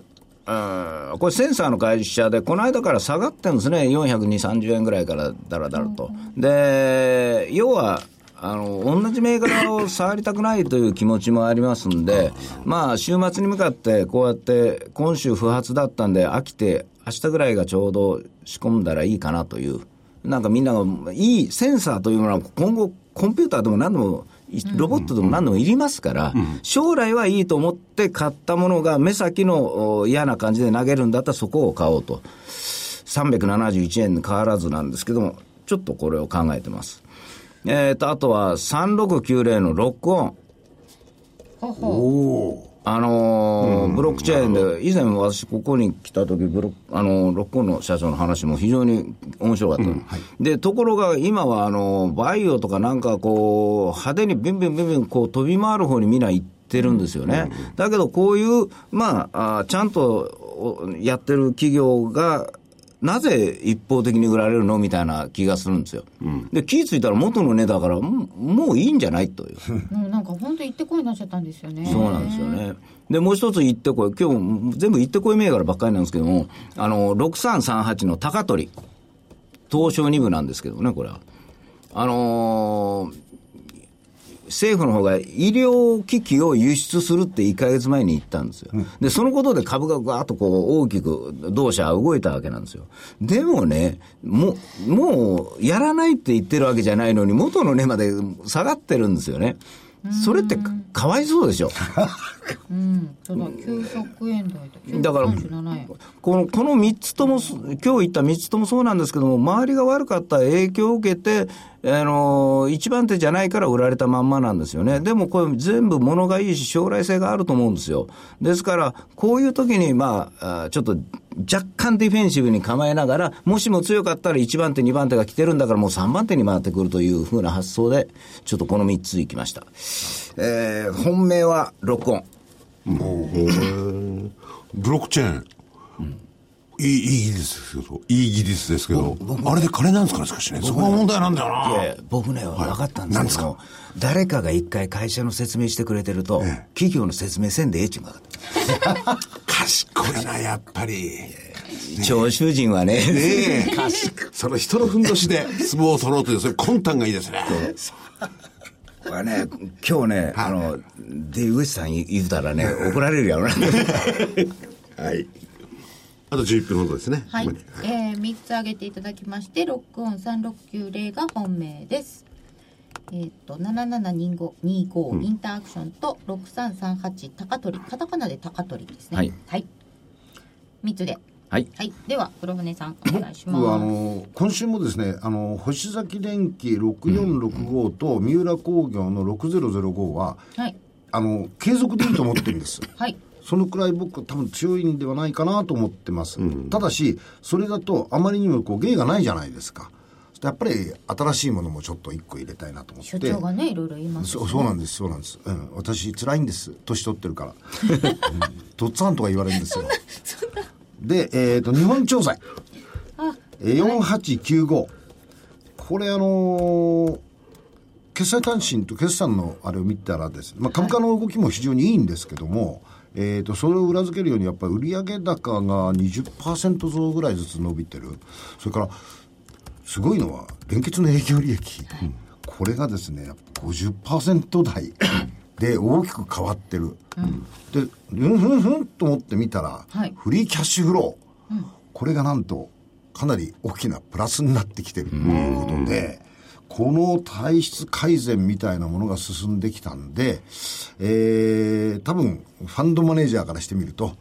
C: うんこれセンサーの会社で、この間から下がってるんですね、420、30円ぐらいからだらだらと。で、要は、あの同じ銘柄を触りたくないという気持ちもありますんで、まあ、週末に向かって、こうやって、今週不発だったんで、飽きて、明日ぐらいがちょうど仕込んだらいいかなという、なんかみんなが、いいセンサーというものは、今後、コンピューターでも何でも、いロボットでも何でもいりますから、将来はいいと思って買ったものが、目先のお嫌な感じで投げるんだったら、そこを買おうと、371円変わらずなんですけども、ちょっとこれを考えてます。えーと、あとは3690のロックオン。
A: ほほ
C: あのーブロックチェーンで、以前私ここに来た時、ブロック、あのー、ロックオンの社長の話も非常に面白かったの、で、ところが今は、あのーバイオとかなんかこう、派手にビンビンビンビンこう飛び回る方にみんな行ってるんですよね。だけどこういう、まあ、あーちゃんとおやってる企業が、なぜ一方的に売られるのみたいな気がするんですよ。で、気ぃついたら元の値だから、もうもういいんじゃないという。
A: うもうなんか本当に行ってこいになっちゃったんですよね
C: そうなんですよね。で、もう一つ言ってこい。今日、全部言ってこい銘柄ばっかりなんですけども、あの、6338の高取。東証2部なんですけどね、これは。あのー政府の方が医療機器を輸出するって1ヶ月前に言ったんですよ。で、そのことで株がガーッとこう大きく同社は動いたわけなんですよ。でもね、もう、もうやらないって言ってるわけじゃないのに、元の値まで下がってるんですよね。それってかかわいそうでしょ。
A: うんそうだ900円台と
C: だから
A: 937円
C: この、この3つともそ、今日言った3つともそうなんですけども、周りが悪かった影響を受けて、あの、一番手じゃないから売られたまんまなんですよね。でもこれ全部物がいいし、将来性があると思うんですよ。ですから、こういう時に、まあ、あちょっと若干ディフェンシブに構えながら、もしも強かったら1番手、2番手が来てるんだから、もう3番手に回ってくるというふうな発想で、ちょっとこの3ついきました。えー、本命は録音。
D: うブロックチェーンいいいいイギリスですけどいいイギリスですけどあれで金なんですかねしかしねそこが問題なんだよ
C: いやい
D: な
C: や僕ね、分かったんで
D: なんですす
C: けど
D: か
C: 誰かが一回会社の説明してくれてると、企業の説明せんでええっちゅうんか
D: 賢いなやっぱり
C: 長州人はね、 [LAUGHS]
D: ええその人のふんどしで相撲を取ろうというそういう魂胆がいいですね
C: これね、今日ね、あの、で、上さん言うたらね、怒られるやろな。
D: はいあと11分ほどですね
A: はい、
D: はい
A: えー、3つ挙げていただきましてロックオン3690が本命ですえーっ、と7725、25インターアクションと6338高取カタカナで高取ですね
C: はい、
A: 3つで
C: [LAUGHS] はい。
A: はいでは黒船さんお願いしま
B: 僕はあ
A: す
B: の今週もですねあの星崎電機6465と三浦工業の6005は
A: はい
B: あの継続でいいと思ってるんです
A: はい
B: そのくらい僕多分強いんではないかなと思ってます、ただしそれだとあまりにもこう芸がないじゃないですかそしてやっぱり新しいものもちょっと一個入れたいなと思って
A: 所長がねいろいろ言います
B: そうそうなんですそうなんです、うん、私辛いんです年取ってるからうんとっつぁんとか言われるんですよで、えー、と日本調査えー4895これあのー決済単身と決算のあれを見たらですね、まあ、株価の動きも非常にいいんですけども、えー、とそれを裏付けるようにやっぱり売上高が20%増ぐらいずつ伸びてるそれからすごいのは連結の営業利益、これがですねやっぱ50%台
A: [COUGHS]
B: で大きく変わってる、でふんふんふんと思ってみたら、
A: はい
B: フリーキャッシュフロー、これがなんとかなり大きなプラスになってきてるということで、この体質改善みたいなものが進んできたんで、えー、多分ファンドマネージャーからしてみると、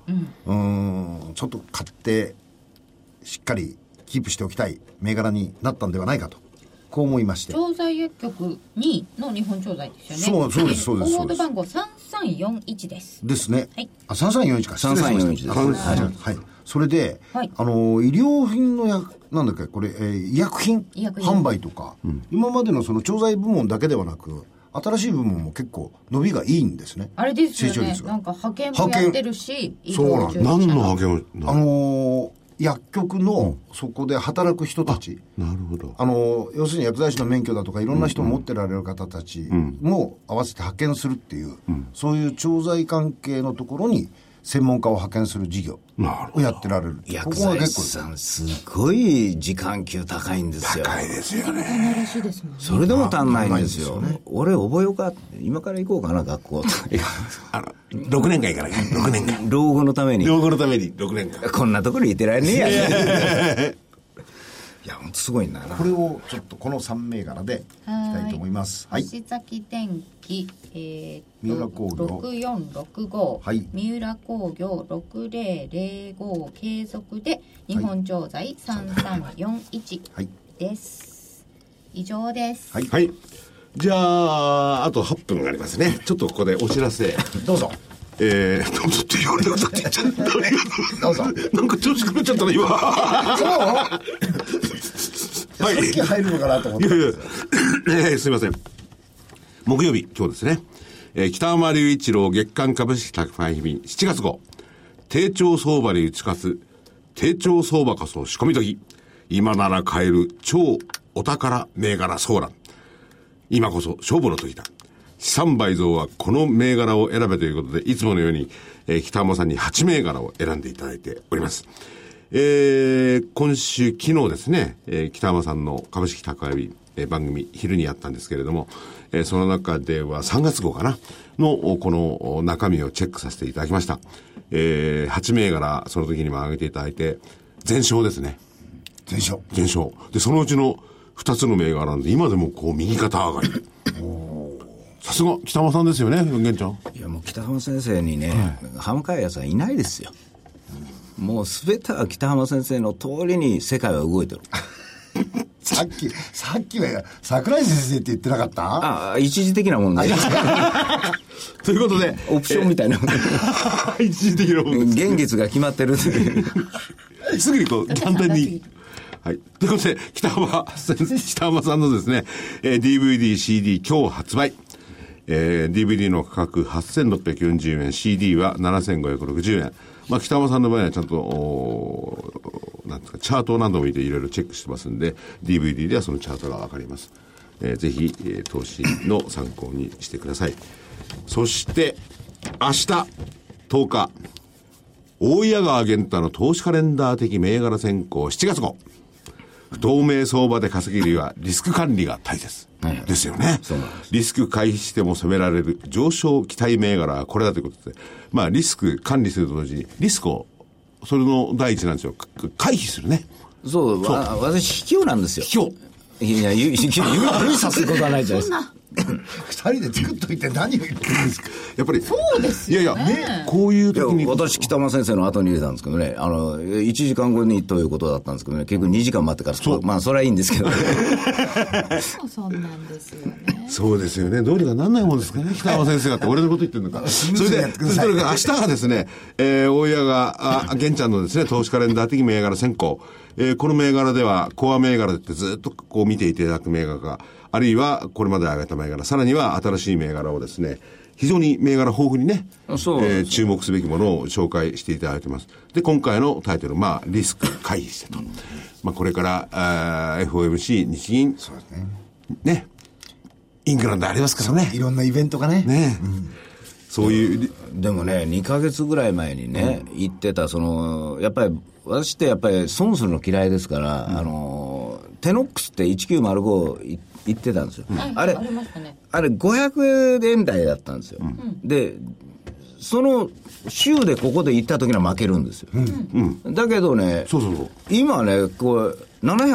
B: うん、んちょっと買ってしっかりキープしておきたい銘柄になったんではないかとこう思いまして
A: 調剤薬局2の日本調剤ですよね
B: そうそうですそうで
A: コ
B: す
A: ー
B: そう
A: ド
B: です
A: 番号3341です
B: ですね、
A: はい
B: あ3341か失礼しま
C: 3341
B: し
C: です
B: た3341ですはい、それで、
A: はい
B: あの医療品の薬なんだっけこれ、えー医薬品
A: 医薬品
B: 販売とか、今までのその調剤部門だけではなく新しい部門も結構伸びがいいんですね。
A: あれですよ
B: 成長
A: ね
B: 率。が
A: なんか派遣もやってるし、移
B: そう
A: 動
B: なん
A: 中
D: 何の派遣をな
B: あのー薬局のそこで働く人たち、
D: なるほど
B: あの要するに薬剤師の免許だとかいろんな人を持ってられる方たちも合わせて派遣するっていう、そういう調剤関係のところに専門家を派遣する事業
D: なるほ
B: を
D: ど
B: やってられるこ
C: 薬
B: こ
C: 剤
B: は
C: 師
B: 結構
C: さんすごい時間給高いんですよ
D: 高いですよね
C: それでも足んないんですよ俺覚えようか今から行こうかな学 [LAUGHS] 校と
D: あの6年間いかなきゃ6年間
C: 老後のために
D: 両国のために6年間
C: こんなところに [LAUGHS] いてられねえやねいや本当すごいんだな
B: これをちょっとこの3銘柄でいきたいと思いますはい
A: 星崎電機、え
B: 三浦工業
A: 6465、
B: はい
A: 三浦工業6005継続で日本調剤3341
B: はい
A: です、以上です、
B: はい
D: はいじゃああと8分ありますねちょっとここでお知
B: [LAUGHS]
D: らせ
B: どうぞ
D: えー、どうぞって言われたことって言っちゃった。
B: どうぞ
D: なんか調子狂っちゃったね、今。は
B: そう
D: い。
B: 一気入るのかなと思っ
D: い
B: て
D: やいや、えーすいません。木曜日、今日ですね。えー北浜隆一郎月間株式宅配日々7月号。低調相場に打ち勝つ、低調相場こそ仕込み時。今なら買える超お宝銘柄ソーラン。今こそ勝負の時だ。資産倍増はこの銘柄を選べということで、いつものように、えー北浜さんに8銘柄を選んでいただいております。えー今週、昨日ですね、えー北浜さんの株式宅配便、えー番組、昼にやったんですけれども、えーその中では3月号かな、の、おこのお中身をチェックさせていただきました。えー8銘柄、その時にも挙げていただいて、全勝ですね。
B: 全勝
D: 減少。で、そのうちの2つの銘柄なんで、今でもこう、右肩上がり。さすが、北間さんですよね、玄ちゃん。
C: いやもう北浜先生にね、浜海屋さんいないですよもう全ては北浜先生の通りに世界は動いてる
B: さっきさっきは桜井先生って言ってなかった
C: ああ一時的なも [LAUGHS] んね
D: ということで、 [LAUGHS]
C: オプションみたい [LAUGHS] な
D: 一時的なもんです
C: 現月が決まってるという
D: すぐにこう、簡単に。はい。ということで、北浜先 [LAUGHS] 生、北浜さんのですね、えー DVD、CD、今日発売。えー DVD の価格8640円、CD は7560円。まあ、北浜さんの場合はちゃんと、おーなんですか、チャートを何度も見ていろいろチェックしてますんで、DVD ではそのチャートがわかります。えーぜひ、えー投資の参考にしてください。そして、明日、10日、大谷川源太の投資カレンダー的銘柄選考7月号。不透明相場で稼ぎる
C: [LAUGHS]
D: にはリスク管理が大切。ですよね。リスク回避しても攻められる上昇期待銘柄はこれだということで、まあリスク管理すると同時に、リスクを、それの第一なんですよ。か回避するね。
C: そうわ私卑怯なんですよ
D: 卑怯。
C: いやゆ卑怯指さすことはないじゃないですか
B: 二人で作っといて何を言ってるんですか
D: やっぱり。そうですよ、いやいや、こういう
C: いや
D: 時に。
C: 私、北間先生の後に入れたんですけどね、あの、1時間後にということだったんですけどね、結局2時間待ってから、まあ、それはいいんですけど、
F: そうなんですよね。
D: そうですよね。どうにかなんないもんですかね。 [LAUGHS] 北川先生がって俺のこと言ってるの [LAUGHS] か。それで、とにかく明日がですね、えー、大家が、あ、玄ちゃんのですね、投資カレンダー的銘柄選考。えー、この銘柄では、コア銘柄ってずっとこう見ていただく銘柄が、あるいはこれまで上げた銘柄、さらには新しい銘柄をですね、非常に銘柄豊富にね、
C: そう
D: えー注目すべきものを紹介していただいてます。で、今回のタイトル、まあ、リスク回避してと。まあ、これから、あー FOMC、日銀、ね、イングランドありますからね
B: い。ろんなイベントがね
D: ね、そういうり、
C: でもね、2ヶ月ぐらい前にね、言ってた、その、やっぱり、私ってやっぱり損するの嫌いですから、あの、テノックスって1905い言ってたんですよ。あれ、
A: ありましたね
C: あれ500円台だったんですよ。で、その週でここで行った時には負けるんですよ。だけどね、
D: そうそうそう。
C: 今ね、こう、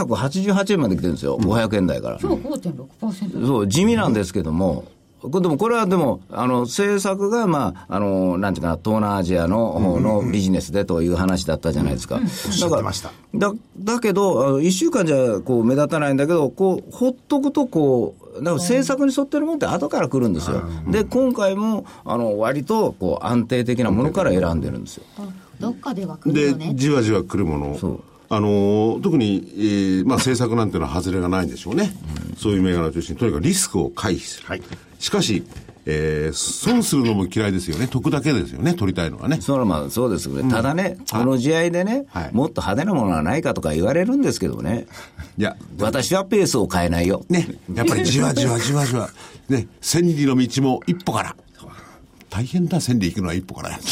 C: 788円まで来てるんですよ、500円台から。
A: 今日5.6%
C: そう、地味なんですけども、こでもこれはでも、あの、政策が、まあ、あの、なんていうかな、東南アジアの方のビジネスでという話だったじゃないですか。だから、だ、だけど、あの一週間じゃ、こう、目立たないんだけど、こう、ほっとくと、こう、だから政策に沿ってるもんって後から来るんですよ。で、今回も、あの、割と、こう、安定的なものから選んでるんですよ。
F: どっかでは来る
D: で
F: よね、。
D: じわじわ来るもの
C: そう
D: あのー特に、えーまあ、政策なんていうのは外れがないんでしょうね、そういう銘柄を中心にとにかくリスクを回避する、しかし、えー損するのも嫌いですよね得だけですよね取りたいのはね
C: それはまあそうですね、ただね、この試合でね、
D: はい
C: もっと派手なものはないかとか言われるんですけどね、
D: いや
C: 私はペースを変えないよ、
D: ねやっぱりじわじわじわじわね千里の道も一歩から大変だ千里行くのは一歩から [LAUGHS]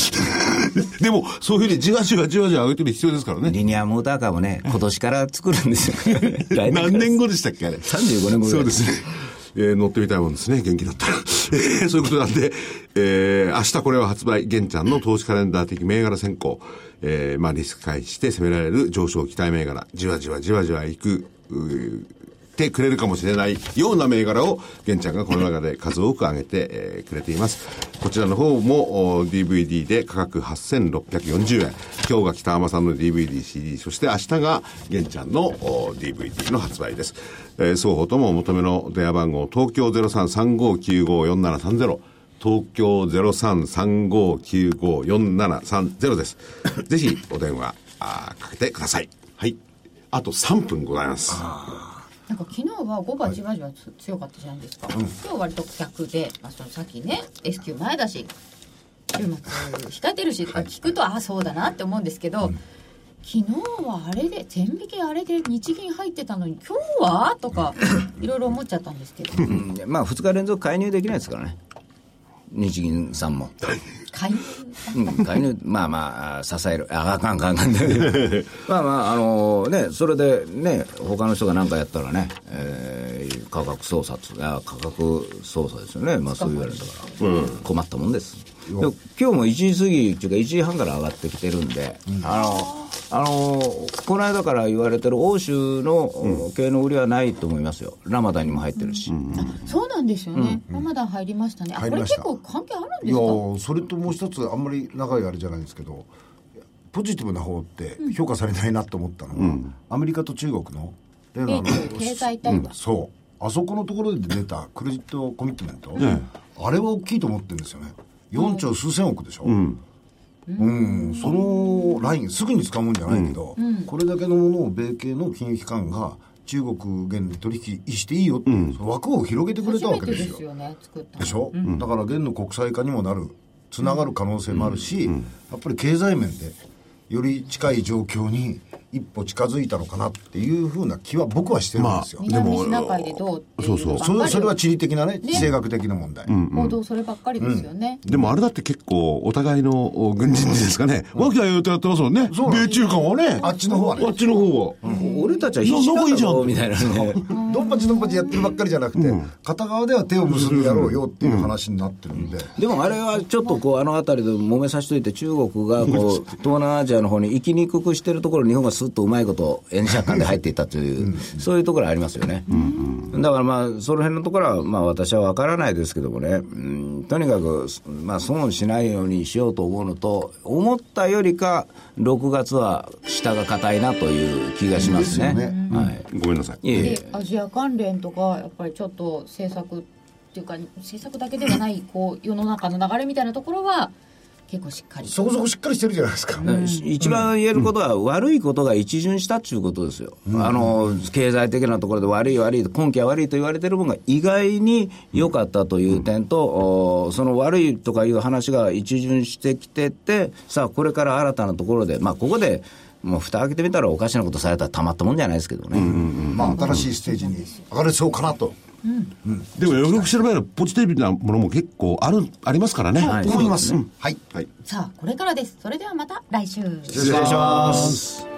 D: でもそういうふうにじわじわじわじわ上げてる必要ですからね
C: リニアモーターカーもね、今年から作るんですよ、来から
D: 何年後でしたっけあれ
C: 35年後ぐらい
D: そうですね、えー乗ってみたいもんですね元気だったら、えーそういうことなんで、えー明日これは発売玄ちゃんの投資カレンダー的銘柄選考、えーまあ、リスク回避して攻められる上昇期待銘柄じわじわじわじわいくうーってくれるかもしれないような銘柄を玄ちゃんがこの中で数多く上げて、えーくれていますこちらの方もお DVD で価格8640円今日が北浜さんの DVDCD そして明日が玄ちゃんのお DVD の発売です、えー双方ともお求めの電話番号東京0335954730東京0335954730です。ぜひお電話あーかけてください。はい。あと3分ございます。
F: なんか昨日は5番じわじわつ強かったじゃないですか、今日割と逆で、まあ、そのさっきね S q 前だし注目控えてるし、聞くとああそうだなって思うんですけど、昨日はあれで全引きあれで日銀入ってたのに今日はと [LAUGHS] かいろいろ思っちゃったんですけど
C: うんまあ2日連続介入できないですからね、日銀さんも。
F: 買い
C: うん、介入、まあまあ、支える、ああかんあかんあ [LAUGHS] かんまあまあ、あのね、それでね、他の人が何かやったらね、えー価格操作つ、あ価格操作ですよね、まあそう言われたから、困ったもんです。でも今日も1時過ぎっていうか、1時半から上がってきてるんで、あの、あのこの間から言われてる欧州の系の売りはないと思いますよ、ラマダンにも入ってるし、
F: そうなんですよね、まだ入りましたねあこ
B: 入
F: れ
B: りまし
F: 結
B: た
F: 構関係あるん
B: い
F: で
B: や
F: すか
B: ーそれともう一つあんまり長いあれじゃないんですけどポジティブな方って評価されないなと思ったのは、アメリカと中国の例のあの
F: 米中経済対話、
B: そうあそこのところで出たクレジットコミットメント、あれは大きいと思ってるんですよね4兆数千億でしょ、うんそのラインすぐに使うもんじゃないけど、これだけのものを米系の金融機関が中国元で取引していいよっていう、その枠を広げてくれたわ
F: 初
B: け
F: めて
B: で
F: です
B: よ
F: すよね作ったの
B: でしょ、だから現の国際化にもなるつながる可能性もあるし、やっぱり経済面でより近い状況に一歩近づいたのかなっていうふうな気は僕はしてるんですよ、
F: 南シナ海でどうっていうのばっかり
B: それそれは地理的なね地政学的な問題、
F: 報道そればっかりですよね、
D: でもあれだって結構お互いのお軍人事ですかね。和気あいあいとやってますもんね。米中間はね。
B: あっちの方はね
D: あっちの方は。
C: 俺たちは必死だ
D: いやなんかいい
C: っ
D: じゃ
C: た
D: ん
C: ぞみたいなね。
B: ドンパチドンパチやってるばっかりじゃなくて、片側では手を結んでやろうよっていう話になってるんで、
C: でもあれはちょっとこうあの辺りで揉めさせといて、中国がこう東南アジアの方に行きにくくしてるところ、日本がすっとうまいこと、円借款で入っていったという、そういうところありますよね。だからまあ、その辺のところは、まあ私は分からないですけどもね、うんとにかく、まあ損しないようにしようと思うのと、思ったよりか、6月は下が硬いなという気がしますね。
B: ですよ
C: はい
D: ごめんなさい。
C: いえいえ
F: でアジア関連とかやっぱりちょっと政策っていうか政策だけではないこう世の中の流れみたいなところは結構しっかり
B: そこそこしっかりしてるじゃないですか、
C: 一番言えることは、悪いことが一巡したっていうことですよ、あの経済的なところで悪い、悪い、今期は悪いと言われてる分が意外に良かったという点と、おその悪いとかいう話が一巡してきてて、さあ、これから新たなところで、まあ、ここで、もう蓋開けてみたらおかしなことされたらたまったもんじゃないですけどね。
B: まあ、新しいステージに上がれそうかなと
D: でもよくよく調べるポジティブなものも結構ある、ありますからね。
B: 思います、はい
D: はい。
F: さあこれからですそれではまた来週
B: 失礼します